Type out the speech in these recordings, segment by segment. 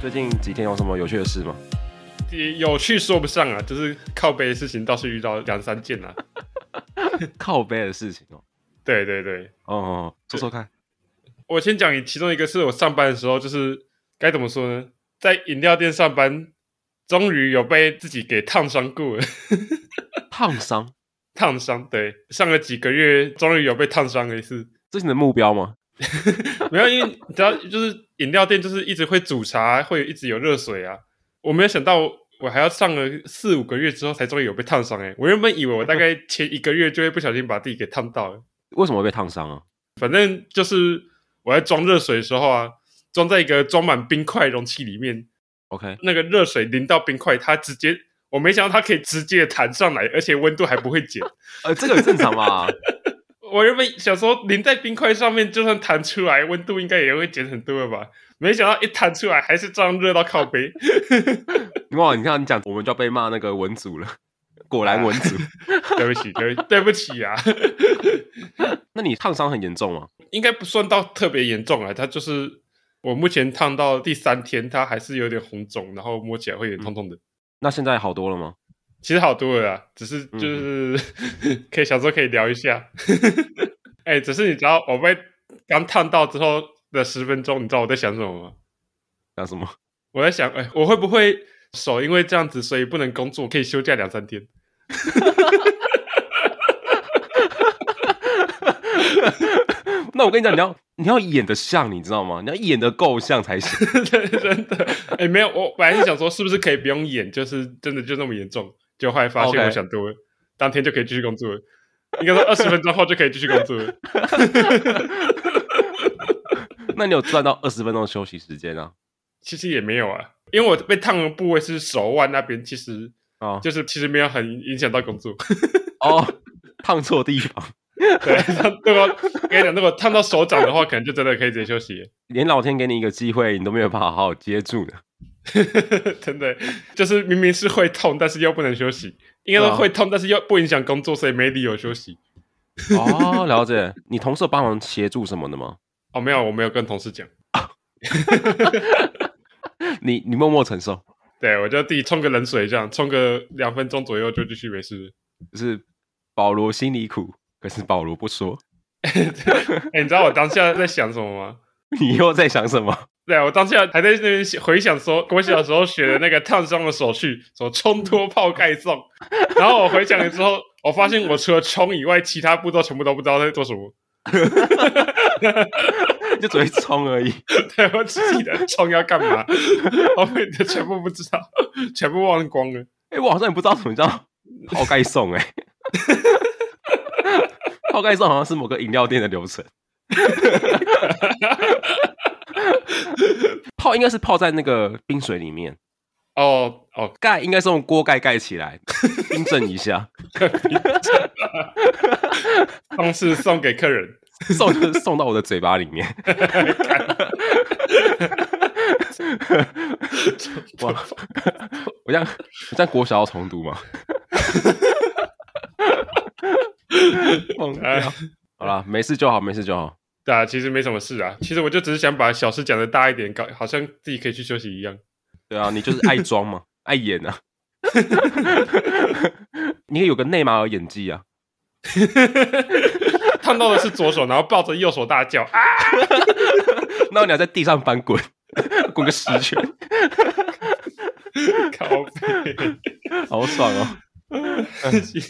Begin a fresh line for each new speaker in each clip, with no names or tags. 最近几天有什么有趣的事吗？
也有趣说不上啊，就是靠背的事情倒是遇到两三件啦、啊
靠背的事情哦。
对对对，
哦哦，说说看。
我先讲其中一个是我上班的时候，就是该怎么说呢，在饮料店上班，终于有被自己给烫伤过了。
烫伤，
烫伤，对，上了几个月，终于有被烫伤了一次。
这是你的目标吗？
没有，因为你知道，就是饮料店就是一直会煮茶，会一直有热水啊。我没有想到，我还要上了四五个月之后，才终于有被烫伤。哎，我原本以为我大概前一个月就会不小心把自己给烫到了，
为什么会被烫伤啊？
反正就是我在装热水的时候啊，装在一个装满冰块容器里面，
OK，
那个热水淋到冰块，它直接，我没想到它可以直接弹上来，而且温度还不会减。
呃，这个很正常 吧？
我原本想说淋在冰块上面，就算弹出来，温度应该也会减很多了吧？没想到一弹出来还是这样热到靠背。
哇，你看你讲，我们就要被骂那个文组 了。果然文组。
对不起，对不对不起啊，
那你烫伤很严重吗？
应该不算到特别严重啊，它就是我目前烫到第三天，它还是有点红肿，然后摸起来会有点痛痛的。
那现在好多了吗？
其实好多了啦，只是就是 可以小时候可以聊一下。 哎、只是你知道我被刚烫到之后的十分钟，你知道我在想什么吗？
讲 什么？
我在想，哎、我会不会手因为这样子，所以不能工作，可以休假两三天？
那我跟你讲，你要你要演的像，你知道吗？你要演的够像才 行。
对，真的，哎、没有，我本来是想说是不是可以不用演，就是真的就那么严重，就后来发现
OK
我想多了当天就可以继续工作了，应该说二十分钟后就可以继续工作了。
那你有赚到二十分钟的休息时间啊？
其实也没有啊，因为我被烫的部位是手腕那边，其实
哦
就是其实没有很影响到工作。
哦，烫错地方，
对，如果我跟你讲，如果烫到手掌的话，可能就真的可以直接休息了。
连老天给你一个机会，你都没有办法好好接住呢。
真的，就是明明是会痛，但是又不能休息。应该说会痛，但是又不影响工作，所以没理由休息。
哦，了解。你同事有帮忙协助什么的吗？
哦，没有，我没有跟同事讲，
你你默默承受，
对我就自己冲个冷水，这样冲个两分钟左右就继续没事。
就是保罗心里苦，可是保罗不说。
哎，你知道我当下在想什么吗？
你又在想什么？
对啊我当下还在那边回想说，我小时候学的那个烫伤的手续，什么冲脱泡盖送。然后我回想了之后，我发现我除了冲以外，其他步骤全部都不知道在做什么。
就只会冲而已。
对我自己的冲要干嘛，后面的全部不知道，全部忘光了。
哎、我好像也不知道什么叫泡盖送哎、泡盖送好像是某个饮料店的流程。泡应该是泡在那个冰水里面，
哦哦，
盖应该是用锅盖盖起来，冰镇一下，
方式送给客人，
送 就是送到我的嘴巴里面。 哇！我像我像国小要重 读吗？疯
哎
掉！好啦，没事就好，没事就好。
对啊，其实没什么事啊。其实我就只是想把小事讲的大一点，搞好像自己可以去休息一样。
对啊，你就是爱装嘛，爱演啊。 你可以有个内马尔演技啊！
烫到的是左手，然后抱着右手大叫啊！
那你要在地上翻滚， 滚个十圈，
靠背，
好爽哦！嗯
只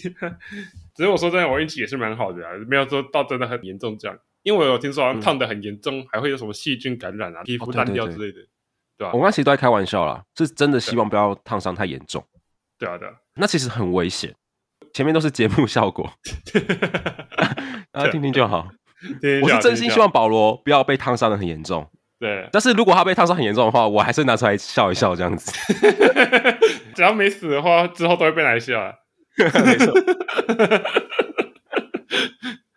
是我说真的，我运气也是蛮好的啊，没有说到真的很严重这样。因为我有听说好像烫的很严重，还会有什么细菌感染啊、皮肤
嗯哦对
烂掉
对
之
对
类的，对啊吧、
我刚刚其实都在开玩笑啦，是真的希望不要烫伤太严重。
对啊，对啊。
那其实很危险。前面都是节目效果，大家听听就好。我是真心希望保罗不要被烫伤的很严重，
啊对，啊
但是如果他被烫伤很严重的话，我还是拿出来笑一笑这样 子。
只要没死的话，之后都会被拿下来。
没错，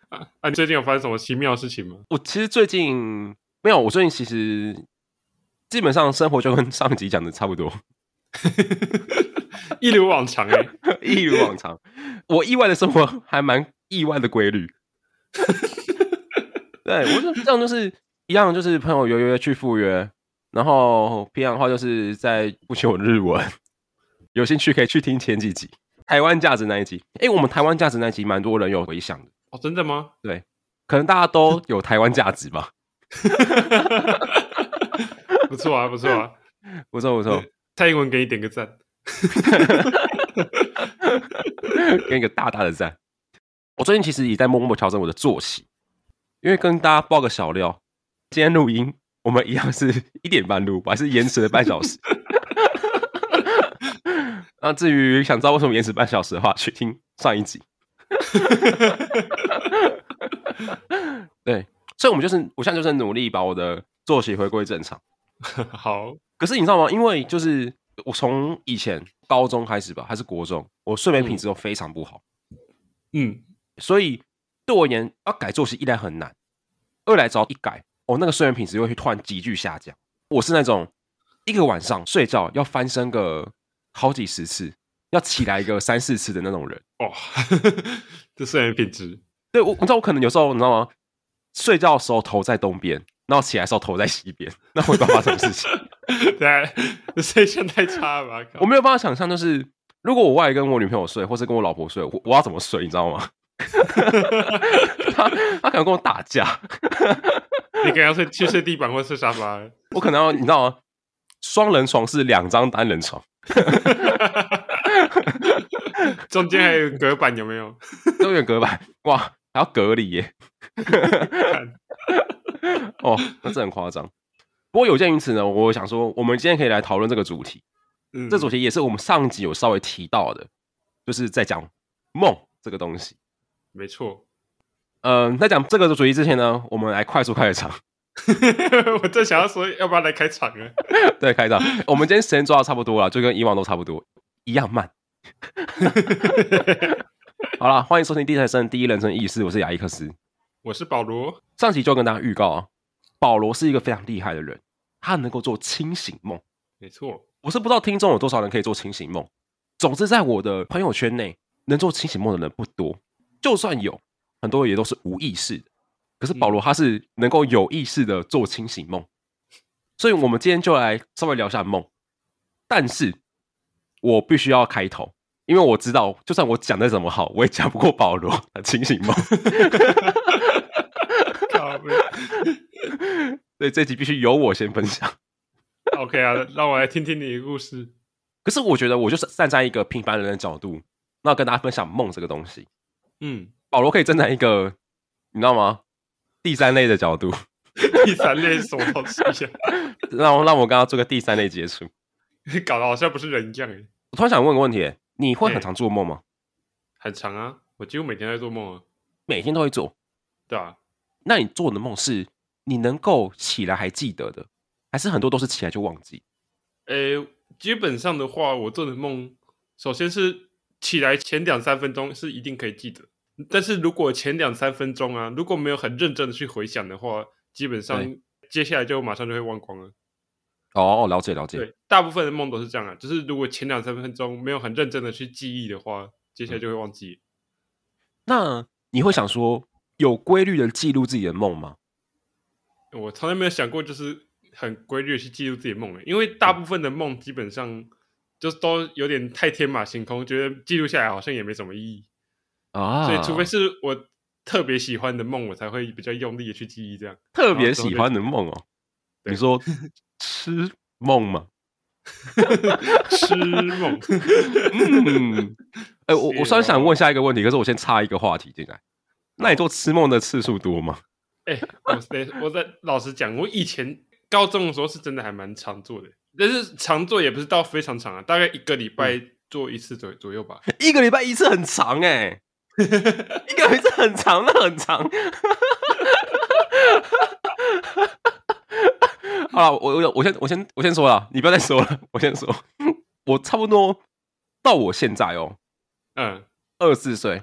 啊，你最近有发生什么奇妙的事情吗？
我其实最近没有，我最近其实基本上生活就跟上集讲的差不多，
一如往常哎、
一如往常。我意外的生活还蛮意外的规律。对，我就这样就是一样，就是朋友约约去赴约，然后平常的话就是在不求日文，有兴趣可以去听前几集台湾价值那一集。哎，我们台湾价值那一集蛮多人有回响的，
哦，真的吗？
对，可能大家都有台湾价值吧。
不错啊，不错啊，
不错不错。
蔡英文给你点个赞，
给你个大大的赞。我最近其实也在默默调整我的作息，因为跟大家爆个小料，今天录音我们一样是一点半录，我还是延迟了半小时。那至于想知道为什么延迟半小时的话，去听上一集。 对，所以我们就是我现在就是努力把我的作息回归正常。
好，
可是你知道吗？因为就是我从以前高中开始吧，还是国中，我睡眠品质都非常不好。
嗯，
所以对我而言，要改作息一来很难，二来只要一改，我、哦、那个睡眠品质会突然急剧下降。我是那种一个晚上睡觉要翻身个好几十次，要起来个三四次的那种人。
哦， 这睡眠品质，
对我，你知道我可能有时候你知道吗？睡觉的时候头在东边，然后起来的时候头在西边，那会发生什么事情？
对， 睡相太差了吧？
我没有办法想象，就是。如果我外跟我女朋友睡，或是跟我老婆睡，我我要怎么睡，你知道吗？ 他他可能跟我打架，
你可能要睡去睡地板或睡沙发。
我可能要你知道吗？双人床是两张单人床，
中间还有隔板，有没有？
都有隔板，哇，还要隔离耶！哦，那这很夸张。不过有鉴于此呢，我想说，我们今天可以来讨论这个主题。嗯、这主题也是我们上集有稍微提到的，就是在讲梦这个东西。
没错，
嗯、呃，在讲这个主题之前呢，我们来快速开场。
我正想要说，要不要来开场呢？
对，开场。我们今天时间抓的差不多了，就跟以往都差不多，一样慢。好了，欢迎收听《第一人生第一人生意识》，我是亚伊克斯，
我是保罗。
上集就跟大家预告啊，保罗是一个非常厉害的人，他能够做清醒梦。
没错。
我是不知道听众有多少人可以做清醒梦。总之，在我的朋友圈内，能做清醒梦的人不多。就算有，很多也都是无意识的。可是保罗他是能够有意识的做清醒梦，所以我们今天就来稍微聊一下梦。但是，我必须要开头，因为我知道，就算我讲的怎么好，我也讲不过保罗的清醒梦。对，这集必须由我先分享。
OK 啊，让我来听听你的故事。
可是我觉得，我就是站在一个平凡人的角度，那跟大家分享梦这个东西。
嗯，
保罗可以站在一个，你知道吗？第三类的角度。
第三类什么东西呀、
啊？让让我跟他做个第三类接触，
搞得好像不是人一样哎。
我突然想问个问题，你
嗯
会很常做梦吗、
欸？很常啊，我几乎每天在做梦啊。
每天都会做？
对啊。
那你做的梦是你能够起来还记得的？还是很多都是起来就忘记。
诶、欸，基本上的话，我做的梦，首先是起来前两三分钟是一定可以记得，但是如果前两三分钟啊，如果没有很认真的去回想的话，基本上接下来就马上就会忘光了。
哦，了解了解。
对，大部分的梦都是这样啊，就是如果前两三分钟没有很认真的去记忆的话，接下来就会忘记。
嗯、那你会想说，有规律的记录自己的梦吗？
我从来没有想过，就是。很规律去记录自己梦的，欸因为大部分的梦基本上就都有点太天马行空，觉得记录下来好像也没什么意义
啊。
所以，除非是我特别喜欢的梦，我才会比较用力的去记 忆。这样
特别喜欢的梦哦，你说吃梦吗？
吃梦。
嗯，哎、欸，我我虽然想问下一个问题，可是我先插一个话题进来。那你做吃梦的次数多吗？
哎、欸，我我在老实讲，我以前。高中的时候是真的还蛮常做的，但是常做也不是到非常长啊，大概一个礼拜
嗯
做一次左左右吧。
一个礼拜一次很长哎、欸，一个礼拜很长，那很长。 好了，我我我先我先我先说了，你不要再说了， 我先说。我差不多到我现在哦，
嗯，
二十四岁，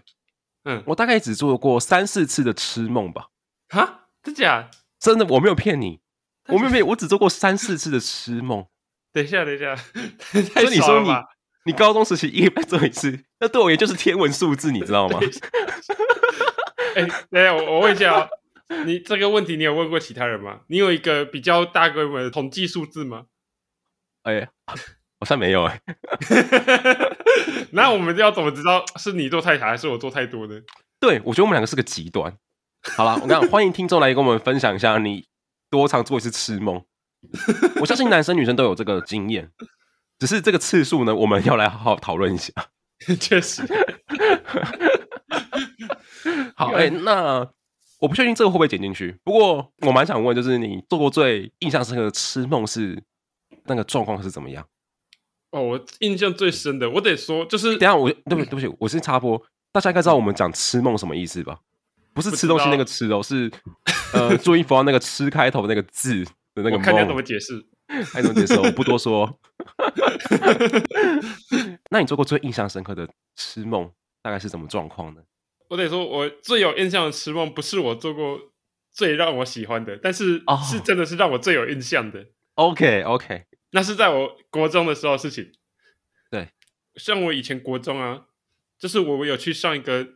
嗯，
我大概只做过三四次的痴梦吧。
哈，真假？
真的，我没有骗你。我没有没有，我只做过三四次的痴梦。
等一下，等一下，
所以你说你你高中时期一个礼拜做一次，那对我也就是天文数字，你知道吗？
哎欸，等下我我问一下、哦，你这个问题你有问过其他人吗？你有一个比较大规模的统计数字吗？
哎、好像没有哎、
那我们要怎么知道是你做太少还是我做太多呢？
对，我觉得我们两个是个极端。好啦，我跟你讲，欢迎听众来跟我们分享一下你多常做一次痴梦。我相信男生女生都有这个经验，只是这个次数呢，我们要来好好讨论一下。
确实，啊
好，哎、那我不确定这个会不会剪进去，不过我蛮想问，就是你做过最印象深刻的痴梦是那个状况是怎么样？
哦，我印象最深的，我得说就是
等一下我对不对不起，我是插播，大家应该知道我们讲吃梦什么意思吧？不是吃东西那个吃哦，是呃注意符号那个吃开头那个字的那个
我看你要怎么
梦。
解释。
还怎么解释？我不多说。 那你做过最印象深刻的吃梦大概是什么状况呢？
我得说，我最有印象的痴梦不是我做过最让我喜欢的，但是
哦
是真的是让我最有印象的。
OK OK，
那是在我国中的时候的事情。
对，
像我以前国中啊，就是我有去上一个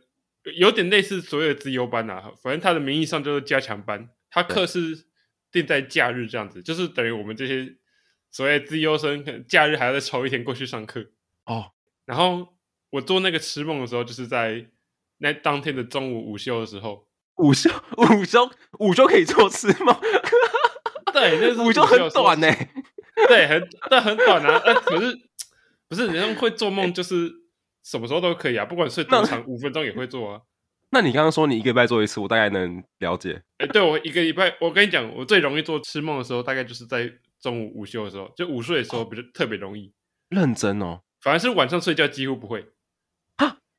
有点类似所有的资优班啊，反正它的名义上就是加强班，它课是定在假日这样子，就是等于我们这些所谓资优生，可能假日还要再抽一天过去上课。
哦，
然后我做那个吃梦的时候，就是在那当天的中午午休的时 候，
午休午休午休可以做吃梦，
对，那是
午休很短呢、
呢、对，很但很短啊。但可是不是人会做梦，就是什么时候都可以啊，不管睡多长，五分钟也会做啊。
那你刚刚说你一个礼拜做一次，我大概能了解。
哎，对我一个礼拜，我跟你讲，我最容易做吃梦的时候，大概就是在中午午休的时候，就午睡的时候，比较特别容易。
认真哦，
反而是晚上睡觉几乎不会，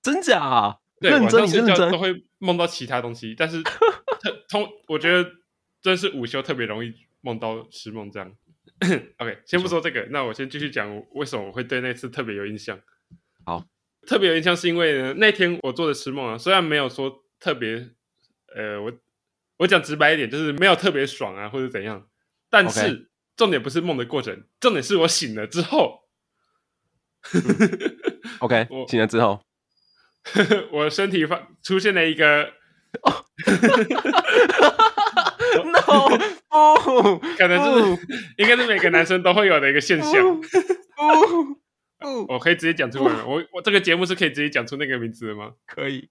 真假、啊？
对，
认
晚
真
上
你是
睡
认
觉
真
都，会梦到其他东 西，但是特通，我觉得真是午休特别容易梦到吃梦这样。OK，先不说这个，那我先继续讲我为什么我会对那次特别有印象。
好，
特别有印象是因为呢，那天我做的吃梦啊，虽然没有说特别，呃，我我讲直白一点，就是没有特别爽啊或者怎样，但是
OK
重点不是梦的过程，重点是我醒了之后。
OK，
我
醒了之后，
我身体发出现了一个
no 不，
可能就是 应该是每个男生都会有的一个现
哦
象。
不不不，
我可以直接讲出来吗，我我这个节目是可以直接讲出那个名字的吗？
可以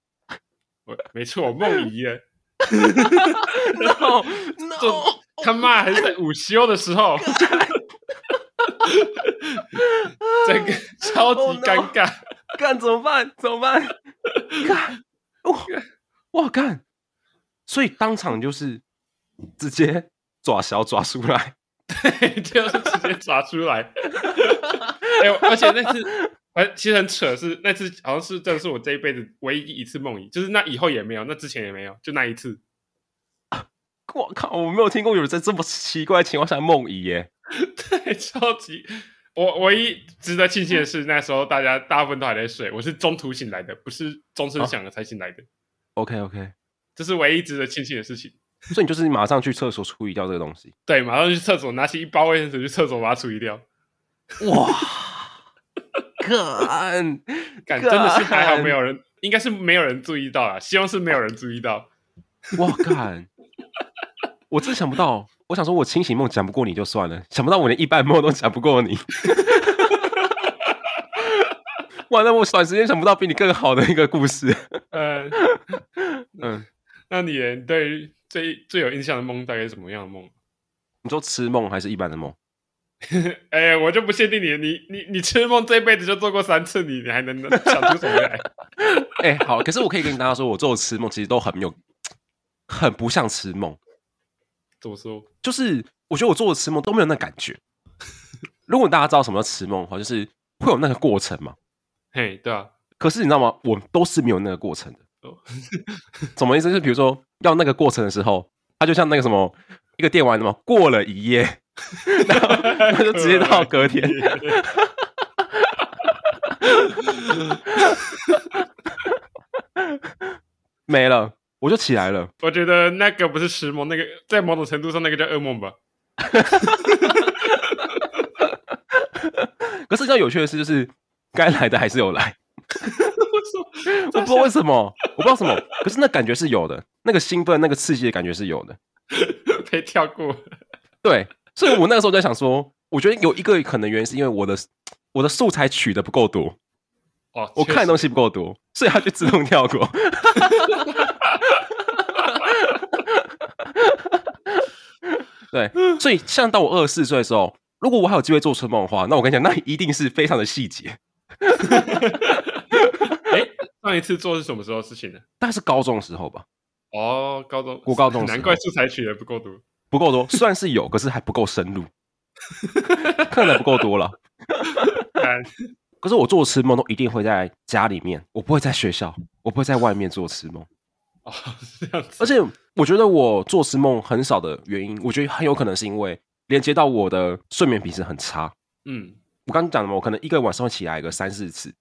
我没错，梦遗了。
no
这
no，
他妈还是在午休的时候，整个超级尴尬。
干怎么办？怎么办？干哇哇干！所以当场就是直接抓小抓出来，
哎就是直接砸出来。哎、而且那次，呃，其实很扯是，那次好像是真的是我这一辈子唯一一次梦遗，就是那以后也没有，那之前也没有，就那一次。
我靠！我没有听过有人在这么奇怪的情况下梦遗耶。
对，超级。我唯一值得庆幸的是，那时候大家大部分都还在睡，我是中途醒来的，不是钟
哦
声响了才醒来的，
OK OK，
这是唯一值得庆幸的事情。
所以你就是马上去厕所处理掉这个东西。
对，马上去厕所拿起一包卫生纸去厕所把它处理掉。
哇，干
感真的是还好没有人，应该是没有人注意到啦，希望是没有人注意到。
哇干！我真想不到，我想说，我清醒梦讲不过你就算了，想不到我连一般梦都讲不过你。 完了，我短时间想不到比你更好的一个故事。
呃，
嗯，
那你呢你对于最最有印象的梦大概是什么样的梦？
你说痴梦还是一般的梦？
哎、我就不限定你，你你你吃梦这辈子就做过三次，你你还能想出什么来？
哎、好，可是我可以跟大家说，我做的痴梦其实都很没有，很不像痴梦。
怎么说？
就是我觉得我做的痴梦都没有那感觉。如果大家知道什么叫痴梦的话，就是会有那个过程嘛。
嘿，对啊，
可是你知道吗？我都是没有那个过程的
哦。
什么意思？就是比如说要那个过程的时候，它就像那个什么一个电玩什么过了一夜，然后然后就直接到隔天。没了，我就起来了。
我觉得那个不是食梦，那个在某种程度上那个叫噩梦吧。
可是比较有趣的是，就是该来的还是有来。
我说
我不知道为什么，我不知道什么，可是那感觉是有的，那个兴奋、那个刺激的感觉是有的。
被跳过，
对，所以我那个时候在想说，我觉得有一个可能原因是因为我的我的素材取的不够多，
哦，
我看的东西不够多，所以它就自动跳过。对，所以像到我二十四岁的时候，如果我还有机会做春梦的话，那我跟你讲，那一定是非常的细节。
哎、上一次做是什么时候的事情呢？
大概是高中的时候吧，
哦，高中，
国高中的时候
难怪素材取的不够多。
不够多，算是有，可是还不够深入，看的不够多了。
干
可是我做吃梦都一定会在家里面，我不会在学校，我不会在外面做吃梦。
哦， 是这样子
而且我觉得我做吃梦很少的原因，我觉得很有可能是因为连接到我的睡眠品质很差。
嗯，
我刚刚讲了嘛，我可能一个晚上会起来个三四次，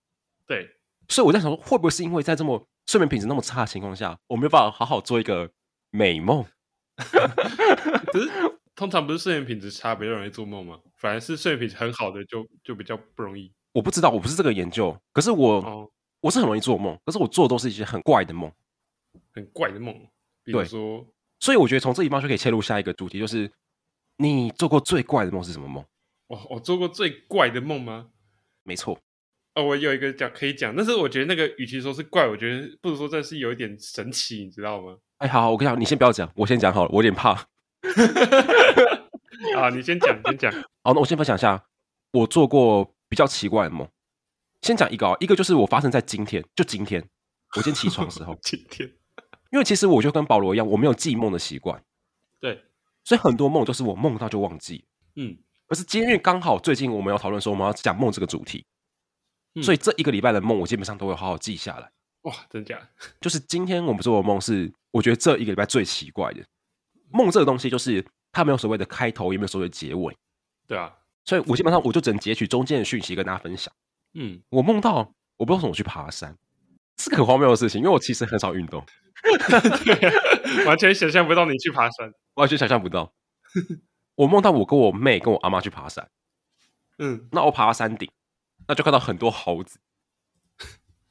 对，
所以我在想说，会不会是因为在这么睡眠品质那么差的情况下，我没有办法好好做一个美梦？
可是通常不是睡眠品质差比较容易做梦吗？反而是睡眠品质很好的就就比较不容易。
我不知道，我不是这个研究，可是我、
哦，
我是很容易做梦，可是我做的都是一些很怪的梦。
很怪的梦，比如
对
说，
所以我觉得从这一方就可以切入下一个主题，就是你做过最怪的梦是什么梦？
我、哦我做过最怪的梦吗？
没错，
哦，我有一个讲可以讲，但是我觉得那个与其说是怪，我觉得不如说这是有一点神奇，你知道吗？
哎，好好，我跟你讲，你先不要讲，我先讲好了，我有点怕。
啊，你先讲，你先讲。，
好，哦那我先分享一下我做过比较奇怪的梦。先讲一个、哦，一个就是我发生在今天，就今天，我今天起床的时候
今天
因为其实我就跟保罗一样，我没有记梦的习惯，
对，
所以很多梦都是我梦到就忘记。
嗯，
可是今天因为刚好最近我们要讨论说我们要讲梦这个主题，
嗯
所以这一个礼拜的梦我基本上都会好好记下来。
哇，真假？
就是今天我们做的梦是，我觉得这一个礼拜最奇怪的梦。这个东西就是它没有所谓的开头，也没有所谓的结尾，
对啊，
所以我基本上我就只能截取中间的讯息跟大家分享。
嗯，
我梦到我不知道为什么我去爬山，是个很荒谬的事情，因为我其实很少运动，
对，完全想象不到你去爬山。
完全想象不到。我梦到我跟我妹跟我阿妈去爬山，
嗯，
那我爬到山顶，那就看到很多猴子，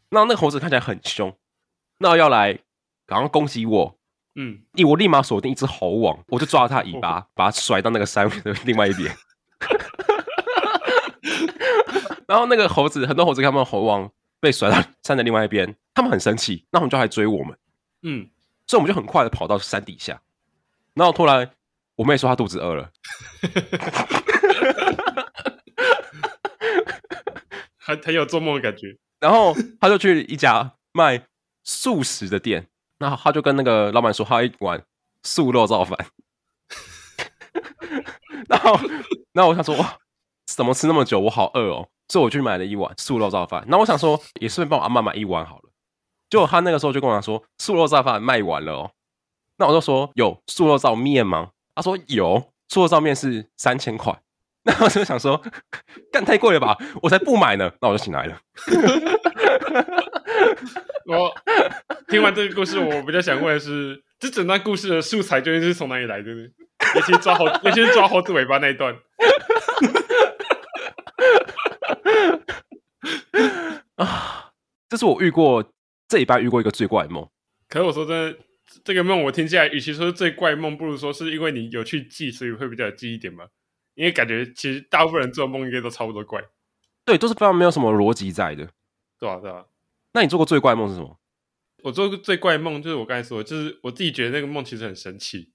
那那个猴子看起来很凶，那要来然后攻击我，
嗯，
一我立马锁定一只猴王，我就抓它尾巴，把它甩到那个山的另外一边。 然后那个猴子，很多猴子看到猴王被甩到山的另外一边，他们很生气，那我们就来追我们，
嗯，
所以我们就很快的跑到山底下。然后突然我妹说她肚子饿了，
很很有做梦的感觉。
然后她就去一家卖素食的店，那她就跟那个老板说她要一碗素肉造饭。 然后，然后我想说，哇，怎么吃那么久？我好饿哦，所以我去买了一碗素肉造饭。然后我想说，也顺便帮我阿妈买一碗好了。结果他那个时候就跟我讲说，素肉造饭卖完了哦。那我就说有素肉造面吗？他说有，素肉造面是三千块。 那我就想说，干太贵了吧，我才不买呢。那我就醒来了。
我听完这个故事，我比较想问的是，这整段故事的素材究竟是从哪里来的呢？尤其是抓猴，尤其是抓猴子尾巴那一段，
啊，这是我遇过这一拜遇过一个最怪的梦。
可是我说真的，这个梦我听起来，与其说是最怪梦，不如说是因为你有去记，所以会比较有记忆点嘛。因为感觉其实大部分人做梦应该都差不多怪，
对，都是非常没有什么逻辑在的。
对啊吧、对吧、
那你做过最怪的梦是什么
我做过最怪的梦就是我刚才说的，就是我自己觉得那个梦其实很神奇。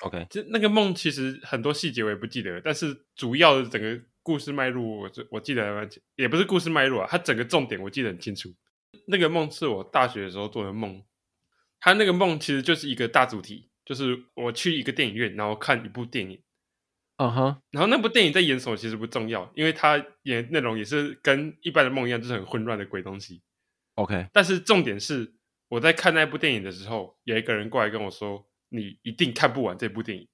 ？OK，
就那个梦其实很多细节我也不记得了，但是主要的整个故事脉络我只我记得还蛮清，也不是故事脉络啊，它整个重点我记得很清楚。那个梦是我大学的时候做的梦，它那个梦其实就是一个大主题，就是我去一个电影院，然后看一部电影，
嗯哼，
然后那部电影在演什么其实不重要，因为它演内容也是跟一般的梦一样，就是很混乱的鬼东西。
OK，
但是重点是，我在看那部电影的时候，有一个人过来跟我说：“你一定看不完这部电影。”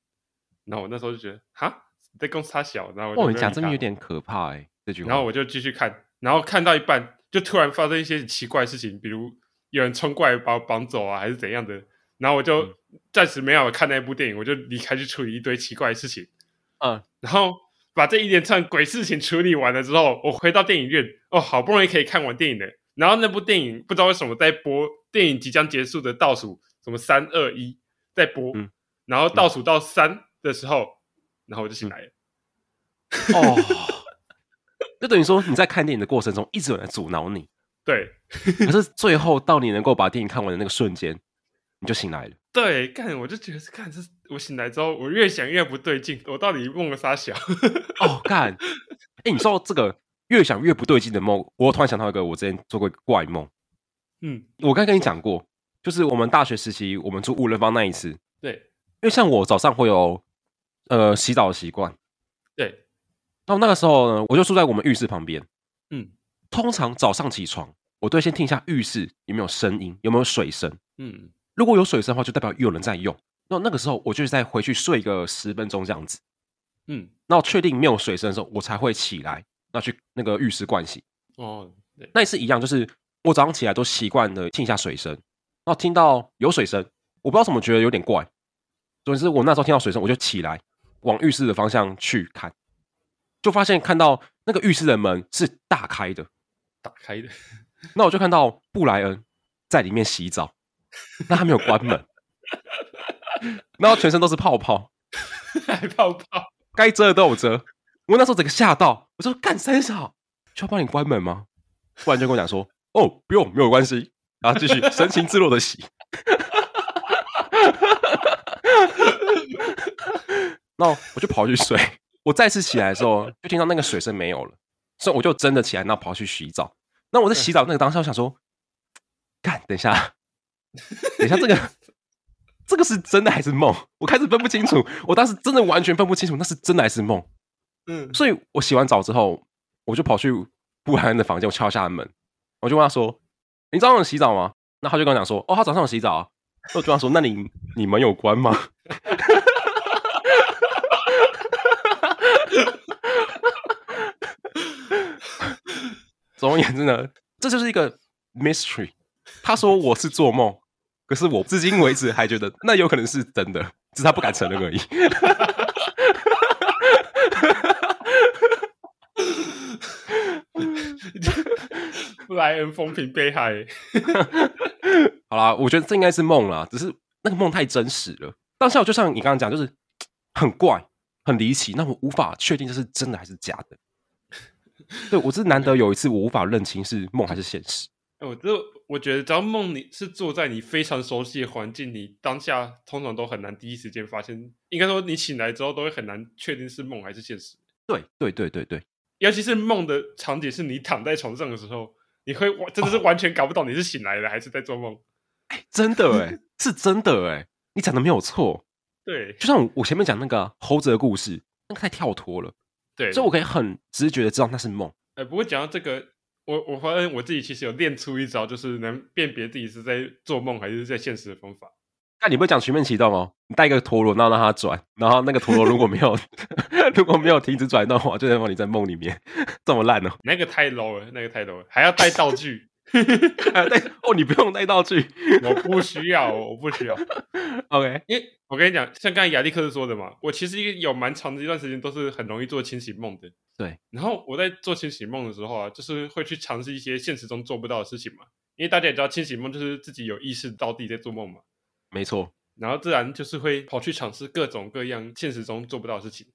然后我那时候就觉得，哈，你在公司他小，然后我就
哦，
没
你讲真的
理
有
他，
点可怕哎、这句话。
然后我就继续看，然后看到一半，就突然发生一些很奇怪的事情，比如有人冲过来把我绑走啊，还是怎样的。然后我
嗯
就暂时没有看那部电影，我就离开去处理一堆奇怪的事情。
嗯，
然后把这一连串鬼事情处理完了之后，我回到电影院，哦，好不容易可以看完电影了，然后那部电影不知道为什么在播，电影即将结束的倒数什么三二一在播，
嗯嗯
然后倒数到三的时候，然后我就醒来了。
哦， 就等于说你在看电影的过程中，一直有人在阻挠你，
对
可是最后到你能够把电影看完的那个瞬间，你就醒来了。
对，干我就觉得是干这，我醒来之后我越想越不对劲，我到底梦了啥小？
哦，干！哎、你说到这个越想越不对劲的梦，我突然想到一个我之前做过一个怪梦。
嗯，
我刚才跟你讲过，就是我们大学时期我们住五人房那一次，因
对
为像我早上会有呃洗澡的习惯，
对，
那那个时候呢，我就住在我们浴室旁边。
嗯
通常早上起床，我都会先听一下浴室有没有声音，有没有水声。
嗯
如果有水声的话，就代表有人在用。那那个时候，我就是再回去睡个十分钟这样子。
嗯，
那我确定没有水声的时候，我才会起来，那去那个浴室盥洗。
哦，对，
那一次一样，就是我早上起来都习惯的听一下水声，然后听到有水声，我不知道怎么觉得有点怪。总之，我那时候听到水声，我就起来往浴室的方向去看，就发现看到那个浴室的门是大开的，
打开的，
那我就看到布莱恩在里面洗澡，那他没有关门， 然后全身都是泡泡，
还泡泡，
该遮的都有遮。我那时候整个吓到，我说干三小，需要帮你关门吗？不然就跟我讲说，哦，不用，没有关系。然后继续 神情自若的洗。 那我就跑去睡。我再次起来的时候，就听到那个水声没有了，所以我就真的起来，那跑去洗澡。那我在洗澡那个当下，我想说，干，等一下，等一下，这个这个是真的还是梦？我开始分不清楚，我当时真的完全分不清楚，那是真的还是梦。
嗯
所以我洗完澡之后，我就跑去布莱恩的房间，我敲一下门，我就问他说：“你早上有洗澡吗？”那他就跟我讲说：“哦，他早上有洗澡、啊。”那我就跟他说：“那你你门有关吗？” 总而言之呢，这就是一个 mystery。他说我是做梦，可是我至今为止还觉得那有可能是真的，只是他不敢承认而已。
布莱恩风评被害，
好啦，我觉得这应该是梦啦，只是那个梦太真实了。当下我就像你刚刚讲，就是很怪、很离奇，那我无法确定这是真的还是假的。对我是难得有一次我无法认清是梦还是现实。
哎我这我觉得，只要梦你是坐在你非常熟悉的环境，你当下通常都很难第一时间发现。应该说，你醒来之后都会很难确定是梦还是现实。
对对对对对，
尤其是梦的场景是你躺在床上的时候，你会完真的是完全搞不懂你是醒来了还是在做梦。
真的哎、是真的哎、你讲的没有错。
对
就像我前面讲那个啊猴子的故事，那个太跳脱了，
对，
所以我可以很直觉的知道那是梦。
哎、不过讲到这个，我我发现我自己其实有练出一招，就是能辨别自己是在做梦还是在现实的方法。
但你不会讲全面启动哦，你带一个陀螺，然后让它转，然后那个陀螺如果没有 如果没有停止转动的话，就代表你在梦里面。这么烂哦！
那个太 low 了，那个太 low 了，还要带道具。
啊带哦，你不用带道具。
我不需要，我不需要。
OK，
因为我跟你讲，像刚才亚历克斯说的嘛，我其实有蛮长的一段时间都是很容易做清醒梦的。
对，
然后我在做清醒梦的时候啊，就是会去尝试一些现实中做不到的事情嘛。因为大家也知道，清醒梦就是自己有意识到自己在做梦嘛，
没错，
然后自然就是会跑去尝试各种各样现实中做不到的事情。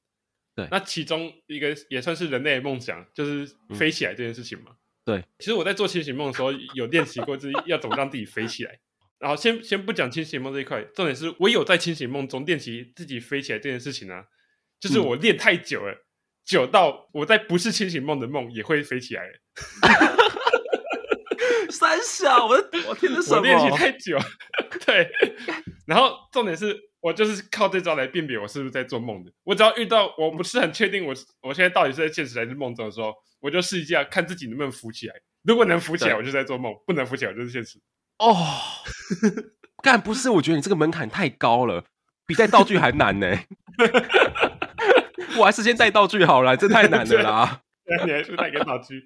对
那其中一个也算是人类的梦想，就是飞起来这件事情嘛。
嗯对，
其实我在做清醒梦的时候，有练习过，就是要怎么让自己飞起来。然后先先不讲清醒梦这一块，重点是我有在清醒梦中练习自己飞起来这件事情啊，就是
嗯
我练太久了，久到我在不是清醒梦的梦也会飞起来了。
三小，我我听的
我练习太久， 对。然后重点是我就是靠这招来辨别我是不是在做梦的。我只要遇到我不是很确定我是我现在到底是在现实还是梦中的时候，我就试一下看自己能不能浮起来。如果能浮起来，
对
我就在做梦；不能浮起来，我就是现实。
哦。干不是，我觉得你这个门槛太高了，比带道具还难呢、 我还是先带道具好了，这太难了啦。
你还是带给道具，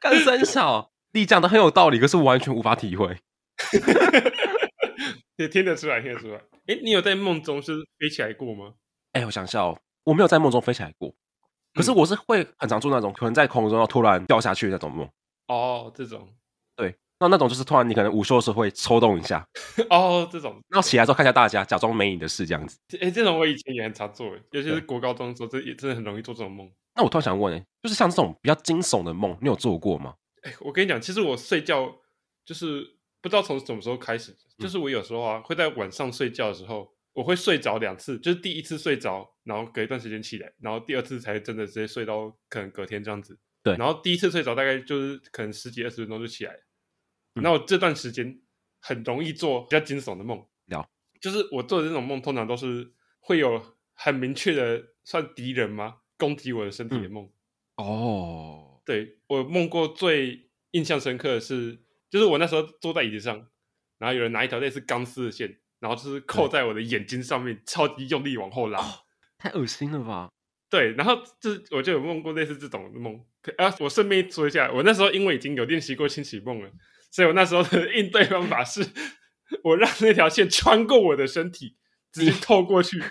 干三小，你讲的很有道理，可是我完全无法体会。
也听得出来，听得出来。诶，你有在梦中是飞起来过吗？
哎、我想一下哦，我没有在梦中飞起来过，嗯可是我是会很常做那种可能在空中要突然掉下去的那种梦。
哦，这种
对，那那种就是突然你可能午休的时候会抽动一下，
哦，这种，
然后起来之后看一下大家，假装没你的事这样子。
哎、这种我以前也很常做，尤其是
对
国高中的时候，这也真的很容易做这种梦。
那我突然想问、欸，就是像这种比较惊悚的梦，你有做过吗？
哎、我跟你讲，其实我睡觉就是不知道从什么时候开始，
嗯
就是我有时候啊会在晚上睡觉的时候，我会睡着两次，就是第一次睡着，然后隔一段时间起来，然后第二次才真的直接睡到可能隔天这样子。
对
然后第一次睡着大概就是可能十几二十分钟就起来了，
嗯
那我这段时间很容易做比较惊悚的梦。
了
就是我做的这种梦，通常都是会有很明确的算敌人吗？攻击我的身体
嗯
的梦。
哦，
对我梦过最印象深刻的是，就是我那时候坐在椅子上，然后有人拿一条类似钢丝的线，然后就是扣在我的眼睛上面，超级用力往后拉。
太恶心了吧！
对，然后就是我就有梦过类似这种的梦。可啊，我顺便说一下，我那时候因为已经有练习过清洗梦了，所以我那时候的 应对方法是，我让那条线穿过我的身体，直接透过去。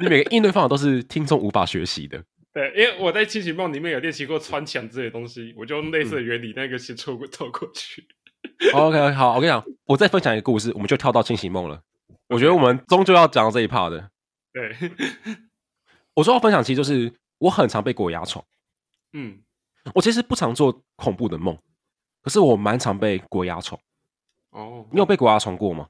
你每个应对方法都是听众无法学习的。
对，因为我在清醒梦里面有练习过穿墙之类的东西，我就用类似的原理，那个先透过透过去。
OK，好，我跟你讲，我再分享一个故事，我们就跳到清醒梦了。我觉得我们终究要讲到这一 part 的。
对，
我说要分享，其实就是我很常被鬼压床。
嗯，
我其实不常做恐怖的梦，可是我蛮常被鬼压床。
哦，
你有被鬼压床过吗？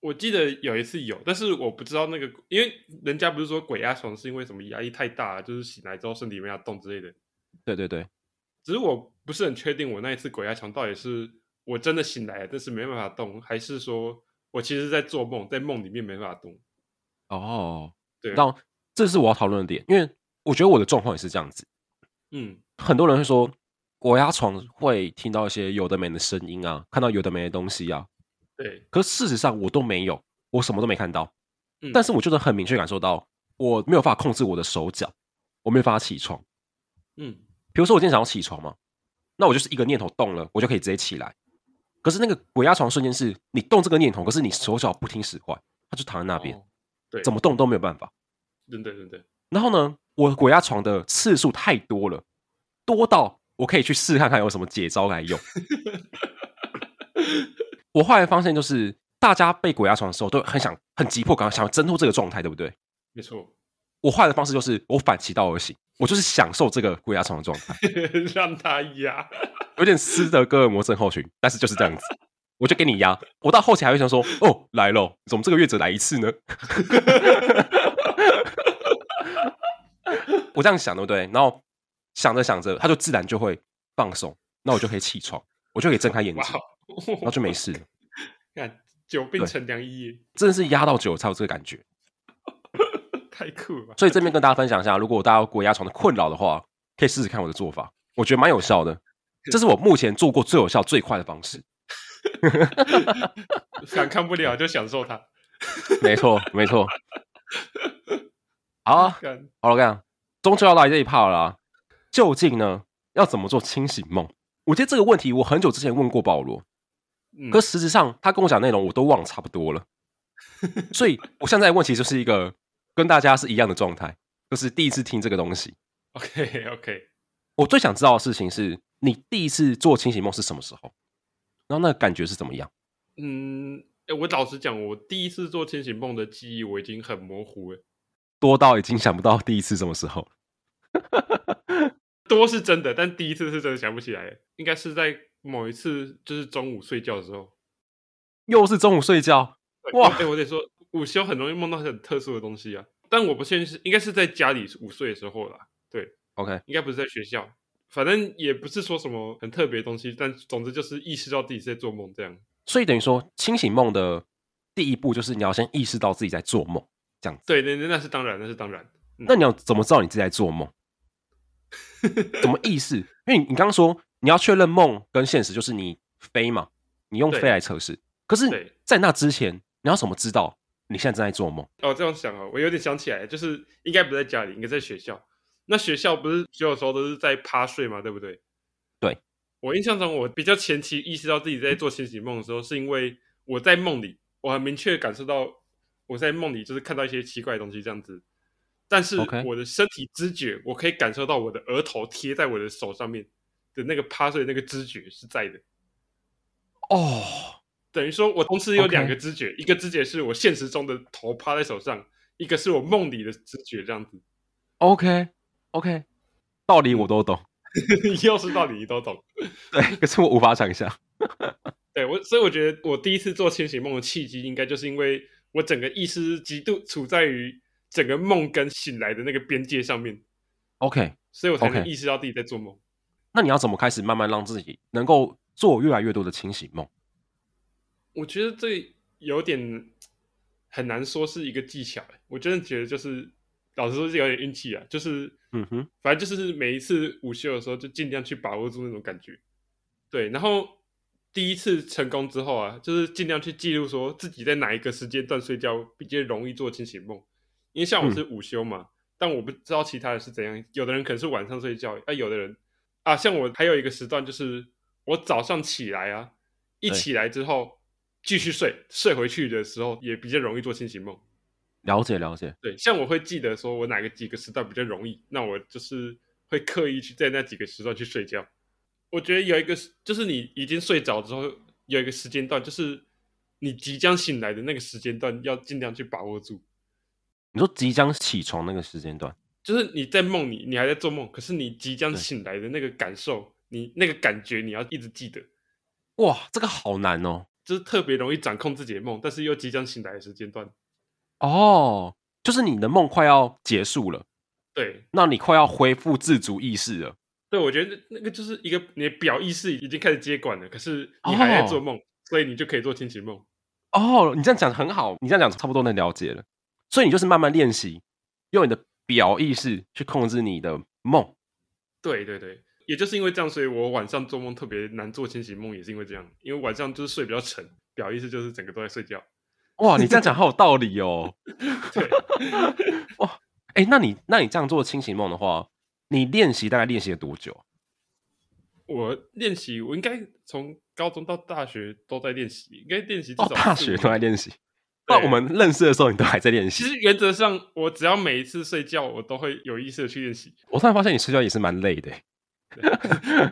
我记得有一次有，但是我不知道那个，因为人家不是说鬼压床是因为什么压力太大了，就是醒来之后身体没法动之类的。
对对对，
只是我不是很确定，我那一次鬼压床到底是我真的醒来了，但是没办法动，还是说我其实在做梦，在梦里面没办法动。
哦，
对，
那这是我要讨论的点，因为我觉得我的状况也是这样子。
嗯
很多人会说，鬼压床会听到一些有的没的声音啊，看到有的没的东西啊，
对，
可事实上我都没有，我什么都没看到，
嗯
但是我就能很明确感受到，我没有办法控制我的手脚，我没有办法起床。
嗯
比如说我今天想要起床嘛，那我就是一个念头动了，我就可以直接起来。可是那个鬼压床瞬间是你动这个念头，可是你手脚不听使唤，他就躺在那边，
哦对，
怎么动都没有办法。
真的真的
然后呢，我鬼压床的次数太多了，多到我可以去试看看有什么解招来用。我后来发现，就是大家被鬼压床的时候，都很想很急迫感，想要挣脱这个状态，对不对？
没错，
我后来的方式就是我反其道而行，我就是享受这个鬼压床的状态。
让他压。
有点斯德哥尔摩症候群，但是就是这样子，我就给你压。我到后期还会想说，哦，来咯，怎么这个月只来一次呢？ 我这样想，对不对？然后想着想着，他就自然就会放松，那我就可以起床，我就可以睁开眼
哇
睛，然后就没事了。
看久病
对
成良医，
真的是压到久才有这个感觉。
太酷了吧！
所以这边跟大家分享一下，如果大家有鬼压床的困扰的话，可以试试看我的做法，我觉得蛮有效的。这是我目前做过最有效、最快的方式。
反抗不了就享受它。
没错，没错。好啊，
干
好了，我跟你讲，终究要来这一趴了啦。究竟呢，要怎么做清醒梦？我觉得这个问题我很久之前问过保罗，
嗯，
可实质上他跟我讲的内容我都忘得差不多了，所以我现在问其实就是一个跟大家是一样的状态，就是第一次听这个东西。
OK OK，
我最想知道的事情是你第一次做清醒梦是什么时候，然后那个感觉是怎么样？
嗯，诶我老实讲，我第一次做清醒梦的记忆我已经很模糊了，
多到已经想不到第一次什么时候。
多是真的，但第一次是真的想不起来了，应该是在某一次就是中午睡觉的时候。
又是中午睡觉，
对
哇
哎、我得说午休很容易梦到很特殊的东西啊，但我不确定是应该是在家里午睡的时候啦，
，OK，
应该不是在学校。反正也不是说什么很特别的东西，但总之就是意识到自己是在做梦这样。
所以等于说清醒梦的第一步就是你要先意识到自己在做梦。
对，那那那是当然，那是当然。
那你要怎么知道你自己在做梦？怎么意识？因为你你刚刚说你要确认梦跟现实，就是你飞嘛，你用
对
飞来测试。可是
对，
在那之前，你要怎么知道你现在正在做梦？
哦，这样想哦，我有点想起来，就是应该不在家里，应该在学校。那学校不是所有时候都是在趴睡嘛，对不对？
对。
我印象中，我比较前期意识到自己在做清醒梦的时候，是因为我在梦里，我很明确地感受到我在梦里就是看到一些奇怪的东西这样子。但是
OK
我的身体知觉，我可以感受到我的额头贴在我的手上面的那个趴睡的那个知觉是在的。
哦，
等于说我同时有
OK
两个知觉一个知觉是我现实中的头趴在手上，一个是我梦里的知觉，这样子。
OK OK，道理我都懂，
又是道理你都懂，
对， 可是我无法想象。
对我，所以我觉得我第一次做清醒梦的契机，应该就是因为我整个意识极度处在于整个梦跟醒来的那个边界上面，
OK，
所以我才
OK
能意识到自己在做梦。
那你要怎么开始慢慢让自己能够做越来越多的清醒梦？
我觉得这有点很难说是一个技巧，欸我真的觉得就是老实说是有点运气啊，就是
嗯哼，
反正就是每一次午休的时候就尽量去把握住那种感觉。对，然后第一次成功之后啊，就是尽量去记录说自己在哪一个时间段睡觉比较容易做清醒梦，因为像
嗯
我是午休嘛，但我不知道其他人是怎样，有的人可能是晚上睡觉，啊，有的人啊，像我还有一个时段就是我早上起来啊，一
对
起来之后继续睡，睡回去的时候也比较容易做清醒梦。
了解了解。
对，像我会记得说我哪个几个时段比较容易，那我就是会刻意去在那几个时段去睡觉。我觉得有一个时就是你已经睡着之后，有一个时间段，就是你即将醒来的那个时间段，要尽量去把握住。
你说即将起床那个时间段，
就是你在梦里，你还在做梦，可是你即将
对
醒来的那个感受，你那个感觉，你要一直记得，
哇，这个好难哦。
就是特别容易掌控自己的梦，但是又即将醒来的时间段。
哦，就是你的梦快要结束了，
对，
那你快要恢复自主意识了。
对，我觉得那那个就是一个你的表意识已经开始接管了，可是你还在做梦，所以你就可以做清醒梦。
哦，你这样讲很好，你这样讲差不多能了解了。所以你就是慢慢练习，用你的表意识去控制你的梦。
对对对，也就是因为这样，所以我晚上做梦特别难做清醒梦，也是因为这样，因为晚上就是睡比较沉，表意识就是整个都在睡觉。
哇，你这样讲好有道理哦。
对，
哎，那你那你这样做清醒梦的话，你练习大概练习了多久？
我练习，我应该从高中到大学都在练习，应该练习至
到
少
啊哦大
四五
学都
年
在练习，到我们认识的时候你都还在练
其
习。
实原则上，我只要每一次睡觉，我都会有意识的去练习。
我突然发现你睡觉也是蛮累的欸。